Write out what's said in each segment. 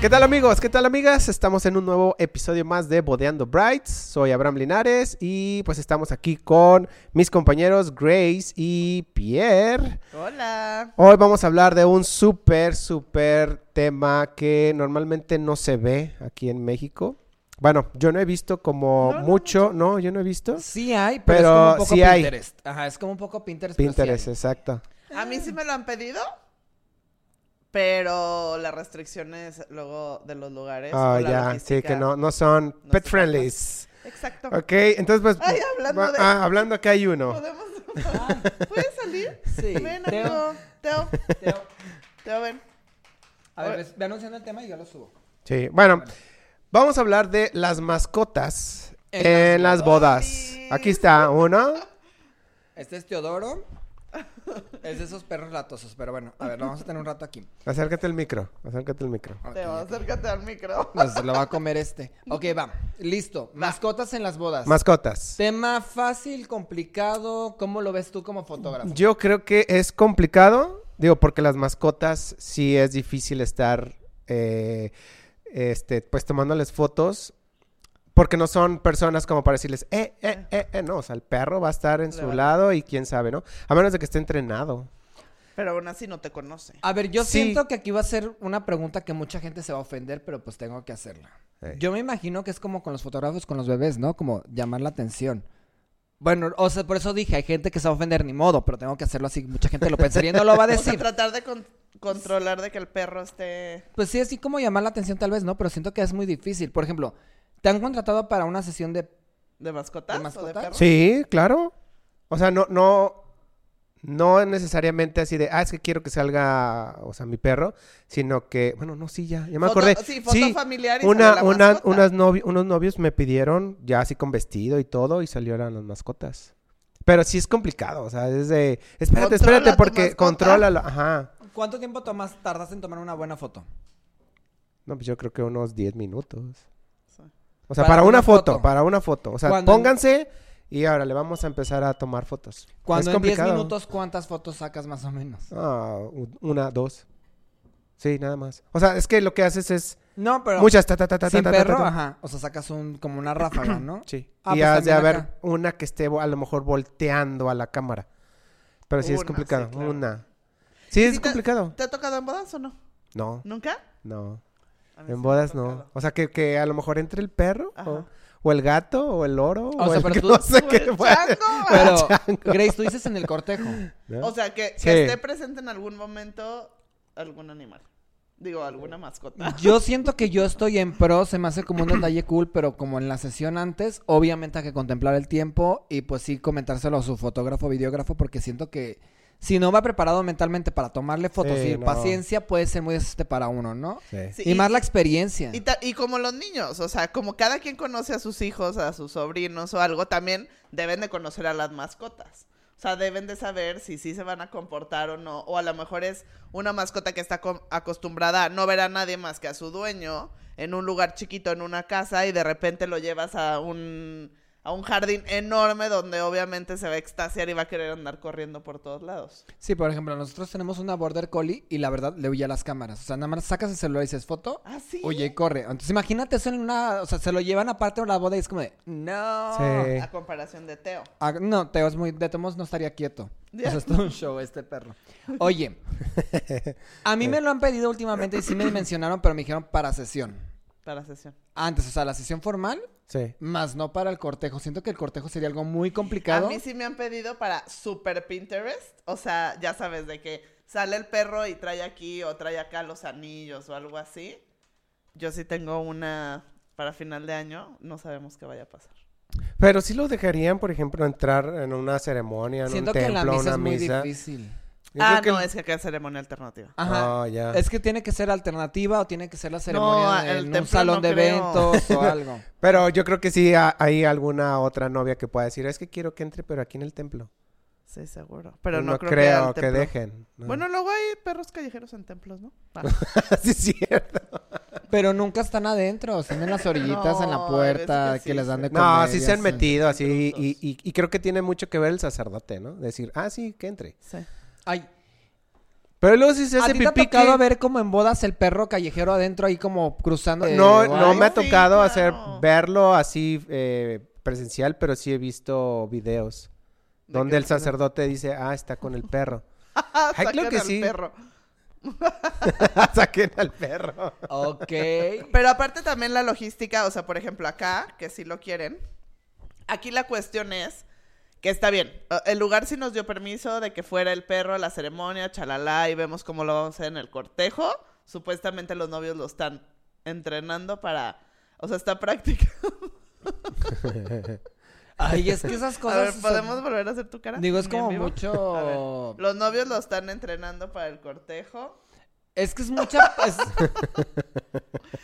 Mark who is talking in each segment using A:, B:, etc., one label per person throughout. A: ¿Qué tal amigos? ¿Qué tal amigas? Estamos en un nuevo episodio más de Bodeando Brights. Soy Abraham Linares y pues estamos aquí con mis compañeros Grace y Pierre.
B: Hola.
A: Hoy vamos a hablar de un súper, súper tema que normalmente no se ve aquí en México. Bueno, yo no he visto como
B: No, no,
A: mucho, no, yo no he visto.
C: Sí hay, pero,
A: Pero
C: es como un poco
A: sí hay.
C: Pinterest. Ajá, es como un poco Pinterest. pero sí
A: Pinterest, este.
C: hay.
A: exacto.
B: A mí
A: Ah.
B: sí me lo han pedido, pero las restricciones luego de los lugares.
A: Ah,
B: o la
A: ya, sí,
B: logística-
A: que no, no son
B: son
A: pet
B: tantas.
A: friendlies.
B: Exacto.
A: Ok, entonces pues...
B: Ay, hablando
A: va-
B: de-
A: ah, hablando que hay uno.
B: ¿Podemos? ¿Puedes salir?
C: Sí.
B: Ven,
C: Teo,
B: amigo. Teo.
C: Teo,
B: Teo, ven.
C: A ver, ves- ve anunciando el tema y yo lo subo.
A: Sí, bueno, vamos a hablar de las mascotas
C: En
A: en las
C: las
A: bodas.
B: bodas.
A: Aquí está uno.
C: Este es Teodoro. Es de esos perros latosos, pero bueno, a ver, lo vamos a tener un rato aquí.
A: Acércate el micro, acércate el micro.
C: Ok,
B: Teo,
C: ok.
B: acércate al micro.
C: No, se lo va a comer este. Ok, va. Listo. Mascotas en las bodas.
A: Mascotas.
C: Tema fácil, complicado. ¿Cómo lo ves tú como fotógrafo?
A: Yo creo que es complicado, digo, porque las mascotas sí es difícil estar, eh, este, pues tomándoles fotos, porque no son personas como para decirles, eh, eh, eh, eh, no, o sea, el perro va a estar en
B: Le
A: su
B: vale.
A: lado y quién sabe, ¿no? A menos de que esté entrenado.
B: Pero aún así no te conoce.
C: A ver, yo
A: Sí.
C: siento que aquí va a ser una pregunta que mucha gente se va a ofender, pero pues tengo que hacerla.
A: Ey.
C: Yo me imagino que es como con los fotógrafos con los bebés, ¿no? Como llamar la atención. Bueno, o sea, por eso dije, hay gente que se va a ofender ni modo, pero tengo que hacerlo así. Mucha gente lo pensaría y no lo va a
B: O sea,
C: decir.
B: tratar de con- controlar de que el perro esté...
C: Pues sí, así como llamar la atención tal vez, ¿no? Pero siento que es muy difícil. Por ejemplo, ¿te han contratado para una sesión de...
B: ¿De mascotas
C: ¿De
B: o de
C: mascotas?
B: perros?
A: Sí, claro. O sea, no, no, no necesariamente así de, ah, es que quiero que salga, o sea, mi perro, sino que, bueno, no, sí, ya, ya me
B: Foto-
A: acordé.
B: sí, foto familiar y
A: una-
B: sale la
A: una-
B: mascota.
A: unas novi- unos novios me pidieron ya así con vestido y todo y salieron las mascotas. Pero sí es complicado, o sea, es de, espérate,
B: Controla
A: espérate,
B: tu
A: porque
B: mascota.
A: contrólalo, ajá.
C: ¿Cuánto tiempo tomas, tardas en tomar una buena foto?
A: No, pues yo creo que unos 10 minutos.
B: Sí.
A: O sea, para,
C: Para
A: una,
C: una
A: foto,
C: foto.
A: para una foto. O sea,
C: Cuando-
A: pónganse y ahora le vamos a empezar a tomar fotos.
C: Cuando
A: es
C: en 10
A: complicado.
C: minutos, ¿cuántas fotos sacas más o menos?
A: Ah, un- una, dos. Sí, nada más. O sea, es que lo que haces es
C: No, pero...
A: muchas ta ta ta ta
C: Sin
A: ta, ta, ta,
C: perro,
A: ta.
C: ajá. O sea, sacas un, como una ráfaga, ¿no?
A: Sí.
C: Ah,
A: y
C: pues
A: has de
C: también
A: haber
C: acá.
A: una que esté vo- a lo mejor volteando a la cámara. Pero sí es
B: Una,
A: complicado.
B: sí, claro.
A: Una. Sí, es
B: ¿Sí te-
A: complicado.
B: ¿Te ha tocado en bodas o no?
A: No,
B: ¿Nunca?
A: no.
B: A mí sí me
A: En
B: ha
A: bodas
B: tocado.
A: no. O sea, que, que a lo mejor entre el perro
B: Ajá.
A: o, o el gato o el loro. O,
C: sea,
A: el-
C: pero tú-
A: no sé
B: O
A: qué
B: el
A: fue.
B: Pues, chango,
C: Pero, Grace, tú dices en el cortejo.
A: ¿No?
B: O sea, que, que
A: Sí.
B: esté presente en algún momento algún animal. Digo, alguna mascota.
C: Yo siento que yo estoy en pro, se me hace como un detalle cool, pero como en la sesión antes, obviamente hay que contemplar el tiempo y pues sí comentárselo a su fotógrafo, videógrafo, porque siento que si no va preparado mentalmente para tomarle fotos
A: Sí,
C: y
A: no.
C: paciencia puede ser muy desesperante para uno, ¿no?
A: Sí.
B: Sí,
C: y, más la experiencia.
B: y ta- y como los niños, o sea, como cada quien conoce a sus hijos, a sus sobrinos o algo, también deben de conocer a las mascotas. O sea, deben de saber si sí se van a comportar o no. O a lo mejor es una mascota que está com- acostumbrada a no ver a nadie más que a su dueño en un lugar chiquito, en una casa, y de repente lo llevas a un, a un jardín enorme donde obviamente se va a extasiar y va a querer andar corriendo por todos lados.
C: Sí, por ejemplo, nosotros tenemos una border collie y la verdad le huye a las cámaras. O sea, nada más sacas el celular y dices foto,
B: Ah, sí.
C: Oye, y corre. Entonces imagínate eso en una, o sea, se lo llevan aparte de la boda y es como de, no.
A: Sí.
B: A comparación de Teo.
C: Ah, no, Teo es muy, de todos modos no estaría quieto. O sea, es todo un show este perro. Oye, a mí me lo han pedido últimamente y sí me mencionaron, pero me dijeron para sesión.
B: Para sesión.
C: Antes, o sea, la sesión formal,
A: Sí.
C: más no para el cortejo. Siento que el cortejo sería algo muy complicado.
B: A mí sí me han pedido para super Pinterest. O sea, ya sabes, de que sale el perro y trae aquí o trae acá los anillos o algo así. Yo sí tengo una para final de año. No sabemos qué vaya a pasar.
A: Pero sí lo dejarían, por ejemplo, entrar en una ceremonia, en
C: Siento
A: un
C: que en la
A: templo,
C: misa
A: una
C: es muy
A: misa.
C: difícil.
A: Yo
B: ah,
A: creo
B: no,
A: que-
B: es que acá es ceremonia alternativa.
C: Ajá.
A: Ah, ya.
C: Es que tiene que ser alternativa o tiene que ser la ceremonia
B: el
C: en un
B: templo
C: salón
B: no
C: de
B: creo.
C: eventos o algo.
A: Pero yo creo que sí ha- hay alguna otra novia que pueda decir, es que quiero que entre, pero aquí en el templo.
B: Sí, seguro. Pero
A: Y
B: no, creo,
A: Pues creo
B: que,
A: que,
B: al templo.
A: dejen. ¿no?
B: Bueno, luego hay perros callejeros en templos, ¿no? Ah.
A: sí es cierto.
C: Pero nunca están adentro, están en las orillitas,
B: No,
C: en la
B: hay
C: puerta,
B: veces
C: que,
B: que sí,
C: les dan de comer.
A: No, sí
C: y
A: se han
C: así.
A: metido así y,
B: Intrusos.
A: y- y creo que tiene mucho que ver el sacerdote, ¿no? Decir, ah, sí, que entre.
B: Sí.
C: Ay.
A: Pero luego si se
C: ¿A
A: hace
C: ti te ha
A: pipí.
C: tocado
A: ¿qué?
C: ver como en bodas el perro callejero adentro ahí como cruzando? eh,
A: No,
C: o
A: no
C: algo?
A: me ha
B: Sí,
A: tocado
B: claro.
A: hacer verlo así eh, presencial, pero sí he visto videos
B: ¿De
A: donde
B: qué
A: el
B: pedo?
A: sacerdote dice, ah, está con el perro.
B: Ah,
A: Ay, claro
B: sacan
A: que
B: al
A: sí.
B: perro.
A: Saquen al perro.
C: Ok.
B: Pero aparte también la logística, o sea, por ejemplo, acá, que si lo quieren, aquí la cuestión es que está bien, eh, el lugar sí nos dio permiso de que fuera el perro a la ceremonia, chalala, y vemos cómo lo vamos a hacer en el cortejo. Supuestamente los novios lo están entrenando para, o sea, está práctica.
C: Ay, es que esas
B: A
C: cosas...
B: ver,
C: son-
B: ¿podemos volver a hacer tu cara?
C: Digo, es
B: ¿En
C: como
B: vivo? A ver,
C: mucho...
B: Los novios lo están entrenando para el cortejo.
C: Es que es mucha... es-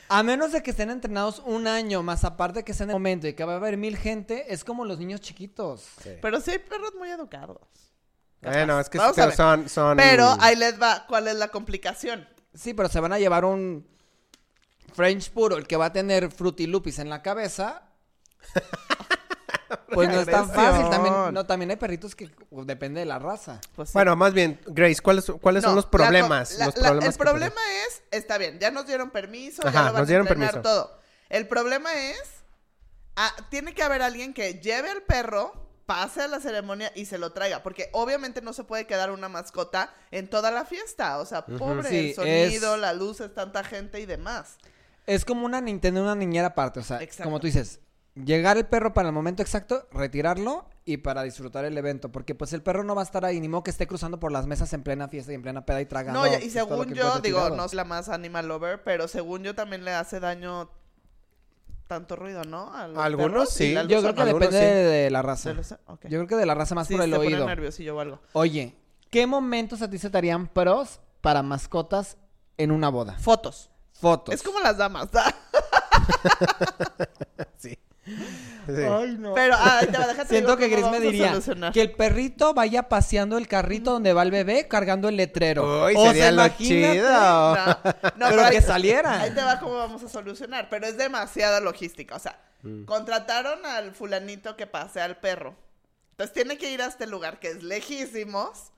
C: A menos de que estén entrenados un año, más aparte que sea en el momento y que va a haber mil gente, es como los niños chiquitos.
B: Pero sí hay perros muy educados.
A: Bueno, es que
B: Vamos a
A: pero
B: ver.
A: son, son...
B: Pero ahí les va, ¿cuál es la complicación?
C: Sí, pero se van a llevar un French puro, el que va a tener frutilupis en la cabeza. Pues no es tan
B: Agresión.
C: fácil. También, no, también hay perritos que uh, depende de la raza.
B: Pues sí.
A: Bueno, más bien, Grace, ¿cuáles, cuáles son
B: No,
A: los
B: la co-
A: problemas?
B: la-
A: Los
B: la-
A: problemas
B: el
A: que
B: problema es, está bien, ya nos dieron permiso, ya
A: Ajá,
B: lo van
A: nos dieron
B: a entrenar
A: permiso.
B: todo. El problema es, ah, tiene que haber alguien que lleve al perro, pase a la ceremonia y se lo traiga, porque obviamente no se puede quedar una mascota en toda la fiesta, o sea, pobre
C: Sí,
B: el sonido,
C: es-
B: las luces, tanta gente y demás.
C: Es como una Nintendo, una niñera aparte. O sea,
B: Exacto.
C: como tú dices, llegar el perro para el momento exacto, retirarlo y para disfrutar el evento. Porque pues el perro no va a estar ahí, ni modo que esté cruzando por las mesas en plena fiesta y en plena peda y tragando.
B: No, y- y
C: pues, todo lo
B: según
C: que
B: yo,
C: encuentre
B: digo,
C: tirado.
B: no es la más animal lover, pero según yo también le hace daño tanto ruido, ¿no? A los
A: Algunos
B: perros y
A: sí.
B: la
C: Yo
B: luz,
C: creo que
B: ¿no?
A: Algunos
C: depende
A: sí.
C: de la raza.
B: ¿De luz? Ok.
C: Yo creo que de la raza más
B: Sí,
C: por el
B: se pone
C: oído.
B: nerviosillo o algo.
C: Oye, ¿qué momentos a ti se te harían pros para mascotas en una boda?
B: Fotos.
C: Fotos.
B: Es como las damas. ¿da?
A: Sí. Sí.
C: no.
B: Pero ah, ahí te va, déjate digo
C: Siento que
B: cómo
C: Gris me
B: vamos a
C: diría
B: solucionar.
C: que el perrito vaya paseando el carrito donde va el bebé cargando el letrero.
A: Uy,
C: O sea,
A: sería lo
C: imagínate.
A: chido.
B: No, no,
C: Pero que
B: ahí-
C: saliera.
B: Ahí te va cómo vamos a solucionar. Pero es demasiada logística. O sea,
C: Mm.
B: contrataron al fulanito que pasea al perro. Entonces tiene que ir a este lugar que es lejísimos.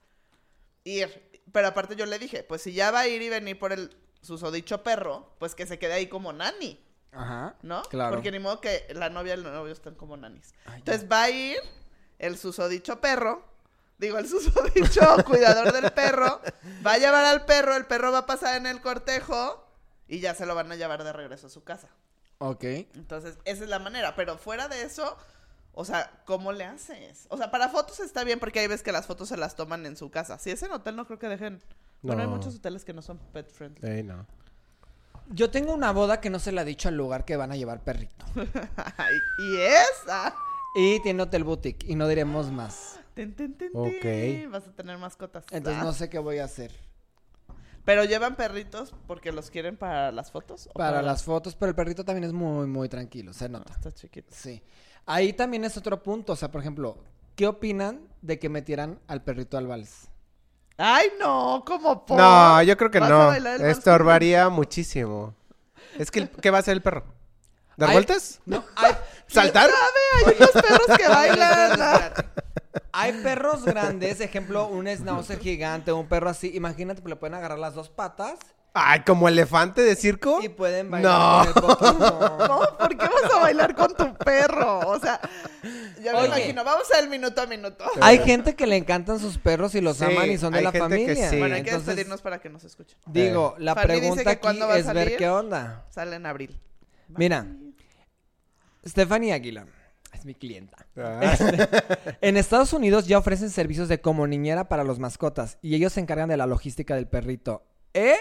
B: Ir. Pero aparte yo le dije, pues si ya va a ir y venir por el susodicho perro, pues que se quede ahí como nani.
C: Ajá.
B: ¿no?
C: Claro.
B: Porque ni modo que la novia y el novio están como nanis.
C: Ay, ya.
B: Entonces va a ir el susodicho perro, digo, el susodicho cuidador del perro, va a llevar al perro, el perro va a pasar en el cortejo y ya se lo van a llevar de regreso a su casa.
C: Ok.
B: Entonces, esa es la manera, pero fuera de eso, o sea, ¿cómo le haces? O sea, para fotos está bien porque ahí ves que las fotos se las toman en su casa. Si es en hotel, no creo que dejen. Bueno, hay
A: No.
B: muchos hoteles que no son pet friendly.
A: Ey, no.
C: Yo tengo una boda que no se la ha dicho al lugar que van a llevar perrito.
A: Eh.
B: Ay, y esa.
C: Y tiene hotel boutique y no diremos más.
B: Ten, ten, ten,
A: Ok.
B: ten. Vas a tener mascotas.
C: Entonces
B: Ah.
C: no sé qué voy a hacer.
B: Pero llevan perritos porque los quieren para las fotos. ¿o
C: Para las fotos, pero el perrito también es muy, muy tranquilo, se nota.
B: Está chiquito.
C: Sí. Ahí también es otro punto. O sea, por ejemplo, ¿qué opinan de que metieran al perrito al vals?
B: Ay, no, como por.
A: No, yo creo que
B: Oh, ¿Vas a
A: no. Este,
B: bailar el vals
A: Estorbaría muchísimo. Es que, el- ¿qué va a hacer el perro? ¿Dar
C: Ay,
A: vueltas?
C: No, hay,
A: ¿Saltar?
B: con- Hay unos perros que bailan. ah.
C: Espérate, espérate. Hay perros grandes, ejemplo, un schnauzer gigante, un perro así. Imagínate, le pueden agarrar las dos patas
A: Ay, ¿como elefante de circo?
C: y pueden
A: No.
C: bailar con el poquito.
B: No, ¿por qué vas a bailar con tu perro? O sea, yo me
C: Oye.
B: imagino. Vamos al minuto a minuto.
C: Hay gente que le encantan sus perros y los
A: Sí,
C: aman y son de
A: hay
C: la
A: gente que
C: familia.
A: sí.
B: bueno, hay
C: Entonces,
B: que despedirnos para que nos escuchen.
C: Digo, la
B: Fanny dice
C: pregunta
B: que
C: aquí
B: cuándo va a
C: es ver
B: salir.
C: qué onda.
B: Sale en abril.
C: Mira, Stephanie Aguilar es mi clienta.
A: Ah,
C: En Estados Unidos ya ofrecen servicios de como niñera para los mascotas y ellos se encargan de la logística del perrito. ¿Eh?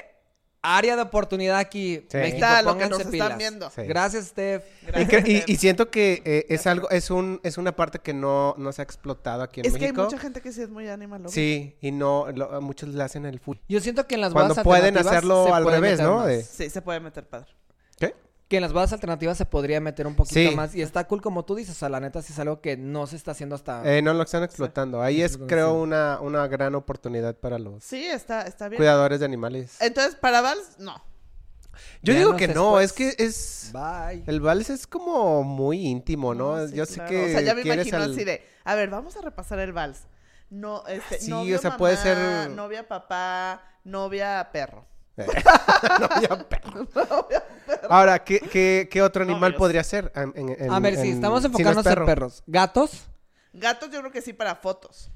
C: Área de oportunidad aquí.
A: Sí.
C: México,
B: Está lo que
C: pónganse
B: nos
C: pilas.
B: están viendo.
A: Sí.
C: Gracias, Steph.
A: y,
B: Gracias,
A: cre- y-
B: Steph.
A: y siento que eh, es algo, es un, es una parte que no, no se ha explotado aquí en
B: es que hay
A: México.
B: mucha gente que sí es muy animal. lover.
A: Sí, y no, lo- a muchos le hacen el fútbol.
C: Yo siento que en las
A: Cuando
C: bodas
A: pueden
C: alternativas
A: hacerlo
C: se
A: al
C: puede
A: revés,
C: meter
A: ¿no?
C: más.
A: De-
B: Sí, se puede meter padre.
A: ¿Qué?
C: Que en las bodas alternativas se podría meter un poquito
A: Sí.
C: más. Y está cool, como tú dices. O sea, la neta sí es algo que no se está haciendo
B: Ah,
C: hasta.
A: Eh, no lo están explotando. Ahí es,
C: Explotando,
A: creo,
C: sí.
A: una, una gran oportunidad para los
B: Sí, está, está bien.
A: cuidadores de animales.
B: Entonces, para Vals, no.
A: Yo digo
C: Véanos
A: que no,
C: después.
A: es que es...
C: Bye.
A: El vals es como muy íntimo, ¿no?
B: Sí,
A: Yo sé
B: claro.
A: que
B: O sea, ya me
A: quieres
B: imagino
A: al-
B: así de. A ver, vamos a repasar el vals. no, este,
A: Sí,
B: novio
A: o sea,
B: mamá,
A: puede ser-
B: novia papá, novia perro.
A: Eh. Novia perro. Ahora, ¿qué, qué, qué otro animal
B: Novios.
A: podría ser? En- en- en-
C: a ver, sí,
A: en-
C: estamos
A: si no es
C: enfocándonos
A: perro?
C: en perros. Gatos,
B: Gatos yo creo que sí para fotos.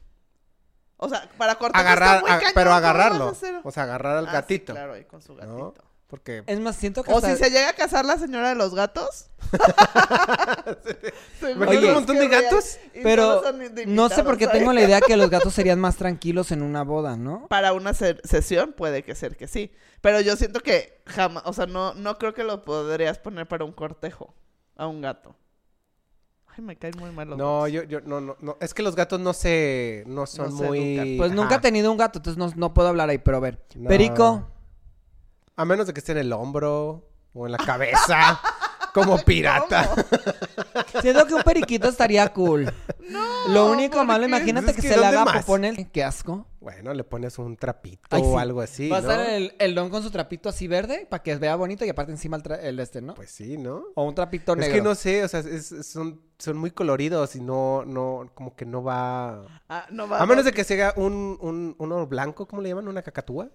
B: O sea, para cortar
A: Agarrar, a- pero agarrarlo. O sea, agarrar al gatito.
B: Ah, claro, ahí con su
A: ¿no?
B: gatito.
A: Porque
C: es más, siento que
B: O
C: hasta-
B: si se llega a casar la señora de los gatos.
A: Imagínate
C: Oye,
A: un montón de gatos.
C: Pero no sé por qué tengo la idea que los gatos serían más tranquilos en una boda, ¿no?
B: Para una ser- sesión puede que ser que sí. Pero yo siento que jamás, o sea, no, no creo que lo podrías poner para un cortejo a un gato. Ay, me caen muy mal los
A: No,
B: gatos.
A: yo, yo, no, no, no. Es que los gatos no se, no son
B: No se
A: muy...
B: educan.
C: Pues nunca he
A: Ajá.
C: tenido un gato, entonces no, no puedo hablar ahí, pero a ver.
A: No.
C: Perico,
A: A menos de que esté en el hombro o en la cabeza, como pirata.
B: ¿Cómo?
C: siento que un periquito estaría cool. No. Lo único
B: ¿por
C: malo,
B: qué?
C: imagínate
A: Pues Es
C: que,
A: que
C: se le
A: ¿dónde
C: haga
A: más?
C: popón el... Qué asco.
A: Bueno, le pones un trapito
C: Ay,
A: o
C: sí.
A: algo así, ¿no?
C: Pasar el, el don con su trapito así verde para que vea bonito y aparte encima el, tra- el este, ¿no?
A: Pues sí, ¿no?
C: o un trapito
A: Es
C: negro.
A: que no sé, o sea, es- es- son, son muy coloridos y no, no, como que no va...
B: Ah, no va-
A: A menos de que sea un, un, uno blanco, ¿cómo le llaman? ¿Una cacatúa?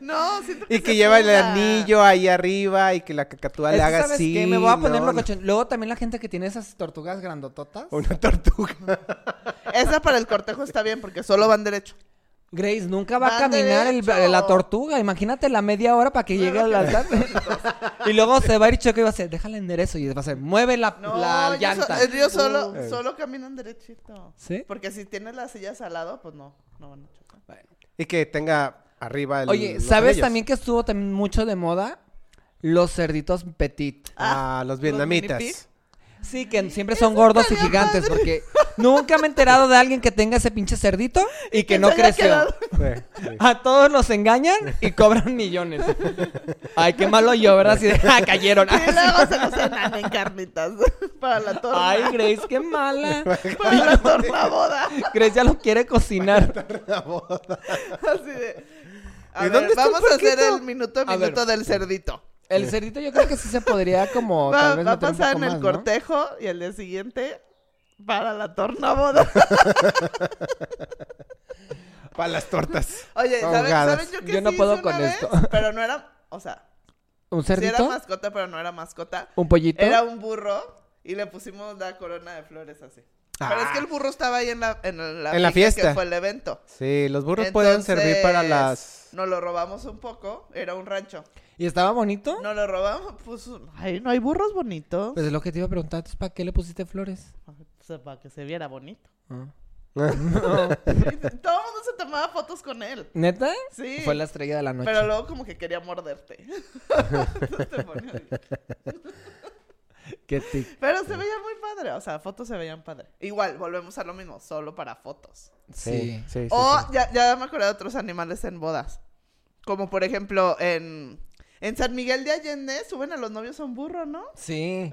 B: No, siento que
A: Y que
B: se
A: lleva el
B: pula.
A: anillo ahí arriba y que la cacatúa
C: Es
A: le
C: que,
A: haga
C: ¿sabes
A: así.
C: qué? Me voy a poner
A: ¿no?
C: locochón. Luego también la gente que tiene esas tortugas grandototas.
A: Una tortuga.
B: Esa para el cortejo está bien porque solo van derecho.
C: Grace, nunca va a
B: Van
C: caminar el-
B: derecho.
C: la tortuga. Imagínate la media hora para que
B: Claro
C: llegue al
B: que
C: altar. y luego se va a ir choque y va a decir, déjala enderezo. Y va a decir, mueve la,
B: No,
C: la
B: yo, so-
C: llanta. Eh.
B: yo solo,
A: Uh.
B: solo caminan derechito.
C: ¿Sí?
B: Porque si tienes las sillas al lado, pues no, no van a chocar.
A: Y que tenga arriba el.
C: Oye,
A: los
C: ¿sabes
A: anillos.
C: también que estuvo también mucho de moda? Los cerditos petit.
A: Ah, los vietnamitas.
B: mini pig.
C: Sí, que siempre son gordos y gigantes porque nunca me he enterado de alguien que tenga ese pinche cerdito y que
B: que
C: no
B: se haya
C: creció.
B: quedado.
A: Sí, sí.
C: A todos los engañan y cobran millones. Ay, qué malo yo, ¿verdad? Así de, ah, cayeron.
B: Y luego se los cenan en carnitas para la torta.
C: Ay, Grace, qué mala.
B: para la torta boda.
C: Grace ya lo quiere cocinar.
B: Así de. A
A: ¿Y
B: ver,
A: dónde está el
B: vamos a hacer
A: puerquito?
B: el minuto a
C: A ver.
B: minuto del cerdito.
C: El cerdito yo creo que sí se podría como
B: Va,
C: tal vez
B: va a
C: meter un
B: pasar en
C: poco
B: el
C: más, ¿no?
B: cortejo y el día siguiente para la tornaboda.
A: Para las tortas.
B: Oye, ¿saben,
A: Ahogadas.
B: ¿saben yo que
C: Yo no
B: sí
C: puedo
B: hice
C: con
B: una
C: esto.
B: vez? Pero no era, o sea,
C: ¿Un
B: sí era
C: cerdito?
B: mascota, pero no era mascota.
C: ¿Un pollito?
B: Era un burro y le pusimos la corona de flores así. Pero es que el burro estaba ahí en la, en la,
A: Ah. En la
B: que
A: fiesta.
B: fue el evento.
A: Sí, los burros pueden servir para
B: Entonces,
A: las.
B: Nos lo robamos un poco, era un rancho.
C: ¿Y estaba bonito?
B: Nos lo robamos, pues, ay, no hay burros bonitos.
C: Pues es lo que te iba a preguntar, entonces, ¿para qué le pusiste flores?
B: Pues, para que se viera bonito.
C: Ah.
B: Todo el mundo se tomaba fotos con él.
C: ¿Neta?
B: Sí.
C: Fue la estrella de la noche.
B: Pero luego como que quería morderte. Entonces te ponía así.
C: Qué tic.
B: Pero se veía muy padre, o sea, fotos se veían padre. Igual, volvemos a lo mismo, solo para fotos.
C: Sí.
A: sí, sí,
B: o
A: sí.
B: Ya, ya me acordé de otros animales en bodas. Como por ejemplo en, en San Miguel de Allende suben a los novios a un burro, ¿no?
C: Sí.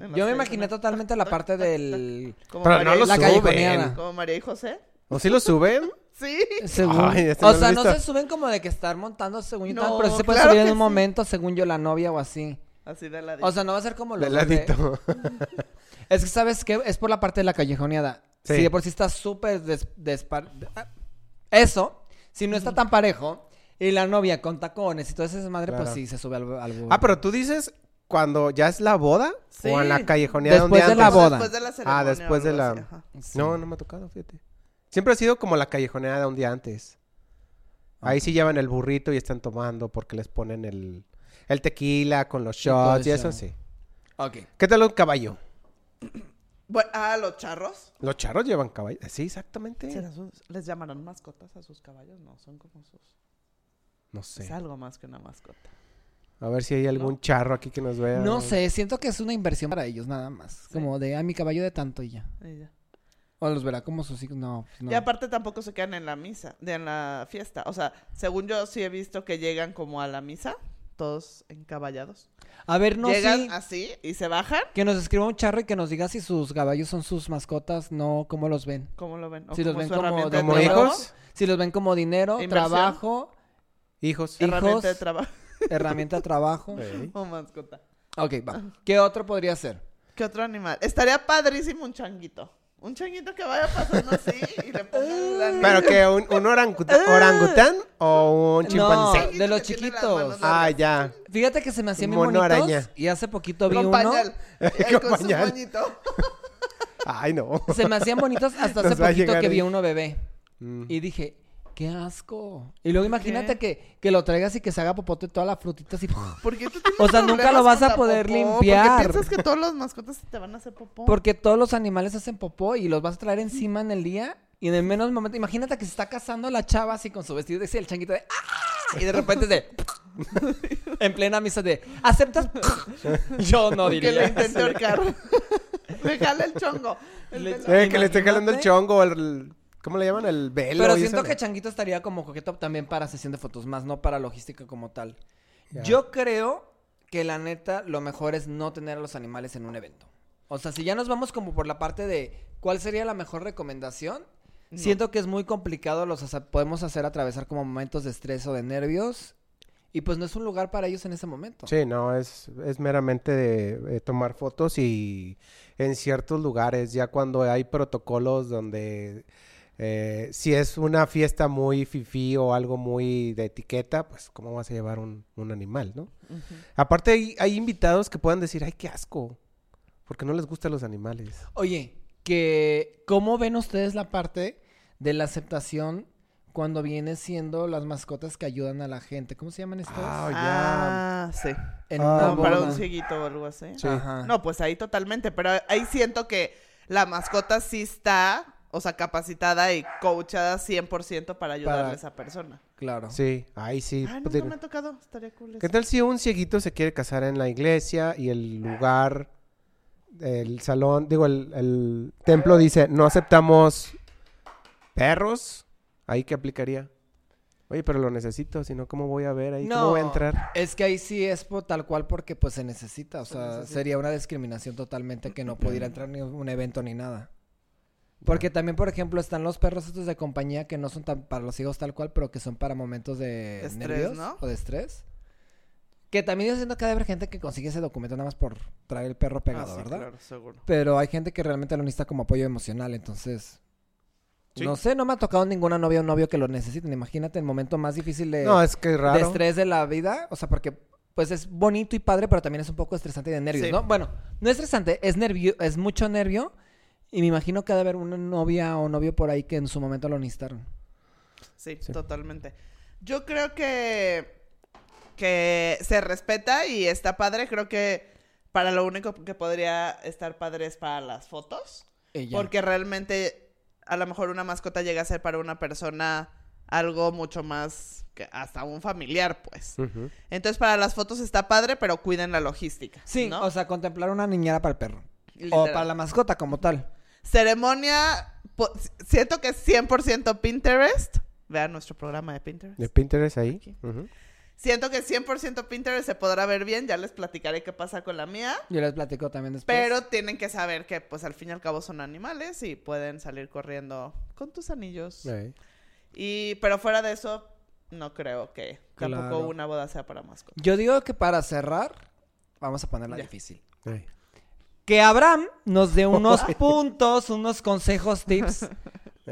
B: En la
C: Yo me
B: serie,
C: imaginé
B: ¿no?
C: totalmente la parte del...
B: Como
A: Pero
B: María
A: no
B: y-
A: los
C: La callejoneada.
A: suben.
B: Como María y José.
A: ¿O sí los suben?
B: Sí.
C: Según.
A: Ay, este no
C: o
A: lo he
C: sea, no
A: visto.
C: se suben como de que estar montando según yo
B: No,
C: tal, pero sí se puede
B: claro
C: subir en
B: que sí.
C: un momento, según yo, la novia o así.
B: Así de la
C: O sea, no va a ser como los
A: De
C: dos de-
A: ladito.
C: Es que, ¿sabes qué? Es por la parte de la callejoneada.
A: Sí.
C: Si de por sí está súper des- despar... de- ah, Eso, si no está tan parejo, y la novia con tacones y todo ese desmadre,
A: Claro.
C: pues sí, se sube al... al burro.
A: Ah, pero tú dices cuando ya es la boda
B: Sí.
A: o en la callejoneada
C: Después
A: donde
C: de la
A: antes?
C: boda.
B: Después de la ceremonia.
A: Ah, después
B: o
A: de
B: algo
A: la.
B: así, ajá.
C: Sí.
A: No, no me ha tocado, fíjate. Siempre ha sido como la callejoneada un día antes. Ahí sí llevan el burrito y están tomando porque les ponen el, el tequila con los
C: Y todo
A: shots y
C: eso.
A: eso sí.
C: Ok.
A: ¿Qué tal un caballo?
B: Bueno, ah, los charros.
A: Los charros llevan caballo. Sí, exactamente.
B: ¿Será sus- ¿Les llamarán mascotas a sus caballos? No, son como sus...
A: No sé.
B: Es algo más que una mascota.
A: A ver si hay algún charro aquí que nos vea.
C: No sé, siento que es una inversión para ellos nada más. Como de, ah, mi caballo de tanto y ya.
B: Y ya.
C: O los verá como sus hijos. No, pues no.
B: Y aparte tampoco se quedan en la misa, de en la fiesta. O sea, según yo sí he visto que llegan como a la misa, todos encaballados.
C: A ver, no,
B: llegan
C: sí.
B: así y se bajan.
C: Que nos escriba un charro y que nos diga si sus caballos son sus mascotas, no cómo los ven.
B: ¿Cómo lo ven?
C: Si los
B: cómo es
C: ven
B: su
C: como,
B: herramienta
C: de
B: de
A: ¿Como
C: trabajo,
B: trabajo?
A: hijos?
C: Si los ven como dinero,
B: Inversión.
C: trabajo,
A: Hijos.
C: hijos.
B: Herramienta de trabajo
C: herramienta trabajo.
A: Ey.
B: o mascota.
C: Ok, va. ¿Qué otro podría ser?
B: ¿Qué otro animal? Estaría padrísimo un changuito. Un changuito que vaya pasando así y le pongan la
A: ¿Pero que ¿Un, un oranguta- orangután o un
C: No.
A: chimpancé?
B: Changuito
C: de los
B: que tiene las
C: chiquitos.
B: manos
A: Ah,
B: largas.
A: ya.
C: Fíjate que se me hacían bien
A: Mono
C: bonitos
A: araña.
C: y hace poquito vi
B: Con
C: uno.
B: pañal. Ahí
A: Con
B: con su
A: pañal.
B: moñito.
A: Ay, no.
C: Se me hacían bonitos hasta
A: Nos
C: hace
A: va a
C: poquito
A: llegar
C: que
A: ahí.
C: vi uno bebé.
A: Mm.
C: Y dije, qué asco. Y luego imagínate que, que lo traigas y que se haga popote toda la frutita así.
B: ¿Por qué tú tienes
C: O sea, nunca lo
B: problemas
C: vas
B: con
C: a
B: la
C: poder
B: popó?
C: limpiar.
B: Porque piensas que todos los mascotas te van a hacer popó.
C: Porque todos los animales hacen popó y los vas a traer encima en el día. Y en el menos momento, imagínate que se está casando la chava así con su vestido de el changuito de ¡Ah! Y de repente de en plena misa de ¿aceptas? Yo no
B: que le
C: diría.
B: intenté ahorcar. le jala el chongo. El
C: Le-
B: pelo.
A: Eh, que le esté jalando el
C: Imagínate.
A: chongo, el... ¿Cómo le llaman? El velo.
C: Pero
A: y
C: siento
A: eso,
C: que
A: ¿no?
C: Changuito estaría como coqueto también para sesión de fotos, más no para logística como tal.
A: Ya.
C: Yo creo que la neta lo mejor es no tener a los animales en un evento. O sea, si ya nos vamos como por la parte de cuál sería la mejor recomendación, siento que es muy complicado, los hace- podemos hacer atravesar como momentos de estrés o de nervios y pues no es un lugar para ellos en ese momento.
A: Sí, no, es, es meramente de eh, tomar fotos y en ciertos lugares, ya cuando hay protocolos donde eh, si es una fiesta muy fifí o algo muy de etiqueta, pues cómo vas a llevar un, un animal, ¿no?
B: Ujú.
A: Aparte hay, hay invitados que puedan decir, ay, qué asco, porque no les gustan los animales.
C: Oye, que ¿cómo ven ustedes la parte de la aceptación cuando viene siendo las mascotas que ayudan a la gente? ¿Cómo se llaman estas?
A: Ah,
B: Pues, Ah, sí.
C: en
A: Ah,
C: una
B: Como para
C: boda.
B: un cieguito o algo así.
A: Sí.
C: Ajá.
B: No, pues ahí totalmente, pero ahí siento que la mascota sí está, o sea, capacitada y coachada 100% para ayudarle
C: Para- pues
B: a esa persona.
C: Claro.
A: Sí, ahí sí. Pues,
B: Ah, no,
A: pudiera-
B: no me ha tocado, estaría cool.
A: ¿Qué
B: eso.
A: tal si un cieguito se quiere casar en la iglesia y el lugar, el salón, digo, el, el templo dice, no aceptamos perros? ¿Ahí qué aplicaría? Oye, pero lo necesito, si no, ¿cómo voy a ver ahí? ¿Cómo voy a entrar?
C: Es que ahí sí es po- tal cual porque pues se necesita. O sea,
B: necesita.
C: sería una discriminación totalmente que no pudiera entrar ni un evento ni nada. Porque también, por ejemplo, están los perros estos de compañía que no son tan para los hijos tal cual, pero que son para momentos de
B: Estrés,
C: nervios
B: ¿no?
C: o de estrés. Que también yo siento que debe haber gente que consigue ese documento nada más por traer el perro pegado,
B: Ah, sí,
C: ¿verdad?
B: Claro, seguro.
C: Pero hay gente que realmente lo necesita como apoyo emocional, entonces...
A: Sí.
C: No sé, no me ha tocado ninguna novia o novio que lo necesiten. Imagínate el momento más difícil de
A: No, es que es
C: de
A: raro.
C: estrés de la vida, o sea, porque pues es bonito y padre, pero también es un poco estresante y de nervios,
B: Sí.
C: ¿no? Bueno, no estresante, es nervio, es mucho nervio y me imagino que ha de haber una novia o novio por ahí que en su momento lo necesitaron.
B: Sí,
A: Sí.
B: totalmente. Yo creo que, que se respeta y está padre. Creo que para lo único que podría estar padre es para las fotos. Porque realmente a lo mejor una mascota llega a ser para una persona algo mucho más que hasta un familiar, pues.
A: Ujú.
B: Entonces para las fotos está padre, pero cuiden la logística.
C: Sí,
B: ¿no?
C: o sea, contemplar una niñera para el perro
B: Literal.
C: o para la mascota como tal.
B: Ceremonia, po- siento que es 100% Pinterest. Vean nuestro programa de Pinterest.
A: ¿De Pinterest ahí? Ujú.
B: Siento que 100% Pinterest se podrá ver bien, ya les platicaré qué pasa con la mía,
C: Yo les platico también después.
B: pero
A: Pues
B: tienen que saber que pues al fin y al cabo son animales y pueden salir corriendo con tus anillos.
A: Ahí.
B: Y pero fuera de eso no creo que tampoco
C: Claro.
B: una boda sea para mascotas.
C: yo digo que para cerrar vamos a ponerla
B: Ya.
C: difícil.
A: Ahí.
C: Que Abraham nos dé unos puntos, unos consejos, tips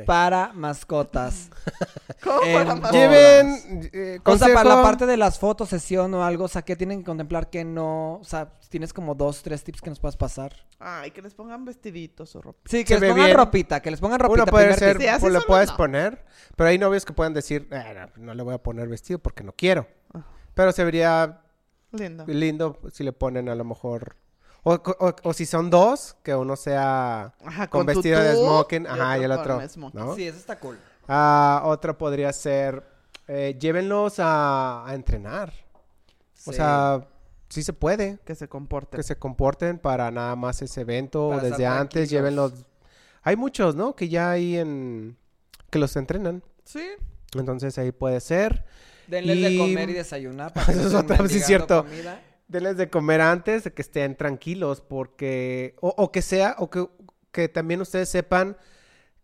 C: para mascotas.
B: ¿Cómo
A: Em,
B: para
C: En-
B: mascotas?
A: Lleven eh,
C: O sea, para la
A: consejo.
C: parte de las fotos, sesión o algo, o sea, ¿qué tienen que contemplar que no? O sea, tienes como dos, tres tips que nos puedas pasar.
B: Ay, que les pongan vestiditos o ropa.
C: Sí,
A: Se
C: que
A: ve
C: les pongan
A: bien.
C: ropita, que les pongan ropita.
A: Uno puede
C: primer
A: ser,
C: tip.
B: Sí, así
A: pues, lo
B: solo
A: puedes
B: no.
A: poner, pero hay novios que puedan decir, "Ah, no, no le voy a poner vestido porque no quiero.
B: Ah.
A: Pero se vería
B: Lindo.
A: lindo si le ponen a lo mejor. O, o- o si son dos, que uno sea
B: Ajá,
A: con,
B: tutú
A: vestido de smoking,
B: y
A: ajá, y el
B: con
A: otro.
B: smoking.
A: ¿no?
C: Sí, eso está cool.
A: Ah, otro podría ser, eh, llévenlos a, a entrenar. O
C: Sí.
A: sea, sí se puede
B: Que se comporten.
A: que se comporten para nada más ese evento o
C: Para estar
A: desde antes,
C: tranquilos.
A: llévenlos. Hay muchos, ¿no? Que ya hay en. que los entrenan.
B: Sí.
A: Entonces ahí puede ser.
C: Denles
A: Y-
C: de comer y desayunar. Para
A: Eso
C: que
A: es
C: no
A: otra-
C: estén
A: sí,
C: mendigando
A: cierto.
C: comida.
A: Denles de comer antes de que estén tranquilos, porque. O, o que sea, o que, que también ustedes sepan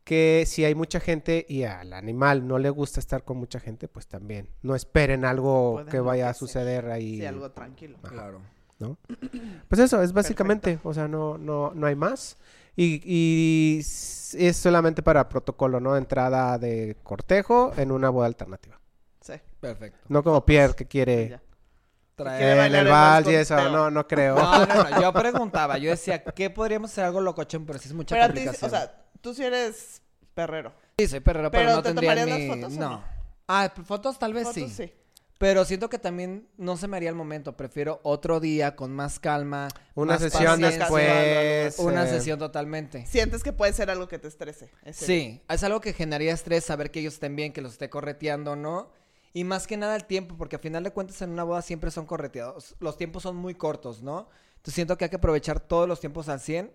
A: que si hay mucha gente y al animal no le gusta estar con mucha gente, pues también. No esperen algo
B: Puede
A: que vaya a
B: enloquecer.
A: suceder ahí.
B: Sí, algo
A: Ah.
B: tranquilo.
A: Ajá.
C: Claro.
A: Pues eso, es básicamente. O sea, no, no, no hay más. Y, y s- es solamente para protocolo, ¿no? Entrada de cortejo en una boda alternativa.
B: Sí.
C: Perfecto.
A: No como Pierre que
B: y
A: quiere
B: Pues, ya. quiere
A: eh,
B: bailar
A: en el
B: el
A: vals
B: vals
A: y
B: con
A: eso.
B: Teo.
A: No, no creo.
C: No, no, no. Yo preguntaba, yo decía, ¿qué podríamos hacer algo locochón? Pero sí es mucha
B: Pero a ti,
C: complicación.
B: o sea, tú sí eres perrero.
C: sí, soy perrero, pero,
B: ¿pero
C: no
B: te
C: tendría
B: tomarías
C: mi-
B: las fotos o
C: no.
B: no?
C: Ah, fotos tal vez
B: Fotos,
C: sí. Pero siento que también no se me haría el momento. Prefiero otro día con más calma.
A: Una
C: más
A: sesión
C: paciencia,
A: después.
C: Una
A: eh,
C: sesión totalmente.
B: Sientes que puede ser algo que te estrese. ese día.
C: Sí, es algo que generaría estrés saber que ellos estén bien, que los esté correteando, ¿no? Y más que nada el tiempo, porque al final de cuentas en una boda siempre son correteados. Los tiempos son muy cortos, ¿no? Entonces siento que hay que aprovechar todos los tiempos al 100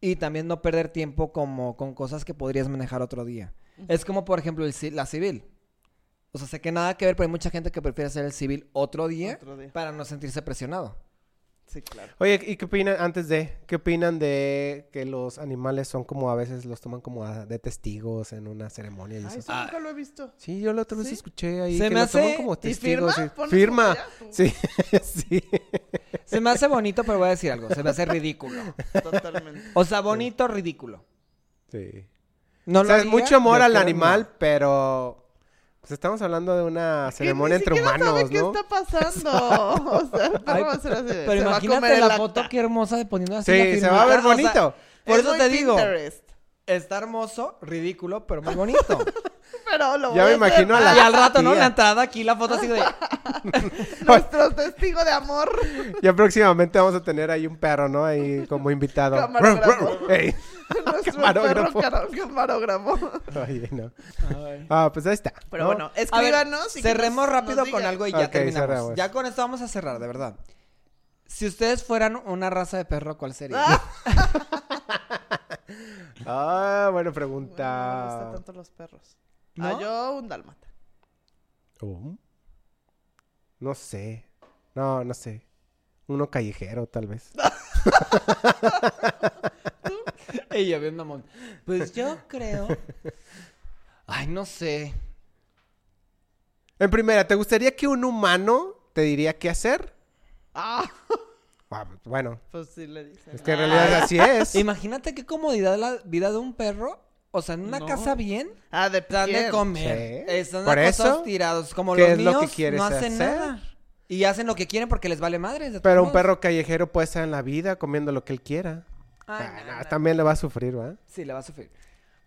C: y también no perder tiempo como con cosas que podrías manejar otro día. Es como, por ejemplo, el ci- la civil. O sea, sé que nada que ver, pero hay mucha gente que prefiere hacer el civil otro día,
B: Otro día.
C: para no sentirse presionado.
B: Sí, claro.
A: Oye, ¿y qué opinan antes de? ¿Qué opinan de que los animales son como a veces los toman como a- de testigos en una ceremonia y
B: Ay,
A: eso?
B: eso nunca lo he visto.
A: Sí, yo la otra vez
B: ¿Sí?
A: escuché ahí
C: Se
A: que
C: me
A: los toman
C: hace-
A: como
B: ¿Y
A: testigos.
B: firma?
A: sí.
B: ¿Pones
A: Firma.
B: tu
A: Sí, sí.
C: Se me hace bonito, pero voy a decir algo. Se me hace ridículo.
B: Totalmente.
C: O sea, bonito, ridículo.
A: sí.
C: No
A: O sea, es mucho amor
C: moral
A: al animal, pero pues estamos hablando de una ceremonia
B: Que
A: entre
B: ni siquiera sabe
A: humanos, ¿no?
B: qué está pasando? o sea, el perro
C: Ay,
B: va a ser así de,
C: Pero
B: se va a comer
C: imagínate
B: el
C: la
B: acta.
C: foto qué hermosa de poniendo así. la
A: Sí, se va a ver
C: firmita, o sea,
A: bonito.
C: por
B: Es
C: eso
B: muy
C: te digo,
B: Pinterest,
C: está hermoso, ridículo, pero muy bonito.
B: Pero lo voy
A: Ya me
B: a hacer.
A: imagino a la
C: y al rato, ¿no?
A: tía.
C: La entrada aquí, la foto así de...
B: Nuestro testigo de amor.
A: Ya próximamente vamos a tener ahí un perro, ¿no? Ahí como invitado.
B: Camarógrafo.
A: Ey.
B: Nuestro
A: Camarógrafo.
B: perro cara- camarógrafo.
A: Oye, no. Ah, pues ahí está.
B: Pero
A: ¿no?
B: bueno,
C: A ver,
B: escríbanos. y que
C: cerremos
B: nos-
C: rápido
B: nos
C: con
B: digan.
C: algo y ya
A: Ok,
C: terminamos.
A: cerramos.
C: Ya con esto vamos a cerrar, de verdad. Si ustedes fueran una raza de perro, ¿cuál sería?
B: Ah,
A: Ah, buena
B: bueno, no me
A: pregunta.
B: gustan tanto los perros.
C: ¿No?
B: Ah, yo un dálmata.
A: Oh. No sé. No, no sé. Uno callejero, tal vez.
C: y yo bien mamón. Pues yo creo... Ay, no sé.
A: En primera, ¿te gustaría que un humano te diría qué hacer?
B: Ah,
A: Ah, pues, Bueno,
B: pues sí le dicen.
A: es que en realidad así es.
C: Imagínate qué comodidad la vida de un perro. O sea, en una
B: No.
C: casa bien...
B: Ah, de
C: Dan de
B: piel.
C: comer.
A: Sí.
C: Están
A: Por
C: acostados
A: eso,
C: tirados. Como
A: ¿qué
C: los
A: es lo que
C: míos,
A: quieres
C: no hacen
A: hacer?
C: nada. Y hacen lo que quieren porque les vale madre. de
A: Pero
C: todos
A: un perro callejero puede estar en la vida comiendo lo que él quiera.
C: modos. Ay,
A: Ah,
C: no,
A: no,
C: no.
A: También le va a sufrir, ¿verdad?
C: Sí, le va a sufrir.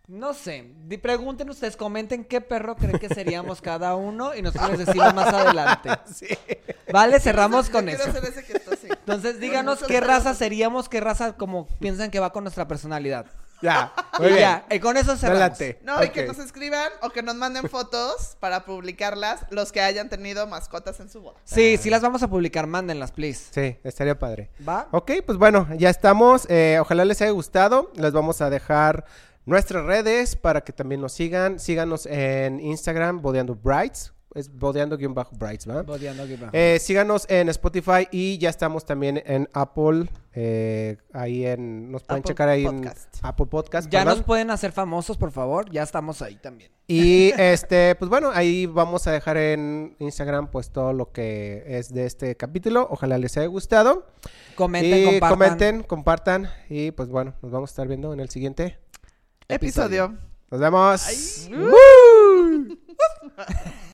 C: No sé. Di- Pregunten ustedes, comenten qué perro creen que seríamos cada uno y nosotros les decimos más adelante.
A: Sí.
C: Vale, cerramos
B: Yo
C: con
B: quiero
C: eso.
B: ser ese que está así.
C: Entonces, díganos
B: Con
C: qué
B: esos
C: raza seríamos, qué raza como piensan que va con nuestra personalidad.
A: Ya, muy
C: Y
A: bien.
C: ya, eh, con eso cerramos.
A: Adelante.
B: No, y que
A: Ok.
B: nos escriban o que nos manden fotos para publicarlas los que hayan tenido mascotas en su boda.
C: Sí, sí las vamos a publicar, mándenlas, please.
A: Sí, estaría padre.
C: ¿Va?
A: Ok, pues bueno, ya estamos. Eh, ojalá les haya gustado. Les vamos a dejar nuestras redes para que también nos sigan. Síganos en Instagram, Bodeando Brights. Es bodeando-brights, ¿verdad?
C: Bodeando aquí, va.
A: Eh, síganos en Spotify y ya estamos también en Apple. eh, ahí en. Nos pueden
B: Apple
A: checar ahí
B: Podcast.
A: en Apple Podcast.
C: Ya
A: perdón.
C: nos pueden hacer famosos, por favor. Ya estamos ahí también.
A: Y este, pues bueno, ahí vamos a dejar en Instagram pues todo lo que es de este capítulo. Ojalá les haya gustado.
C: Comenten,
A: y
C: compartan.
A: comenten, compartan. Y pues bueno, nos vamos a estar viendo en el siguiente.
B: Episodio.
A: Nos vemos.
B: Ay.
A: ¡Woo!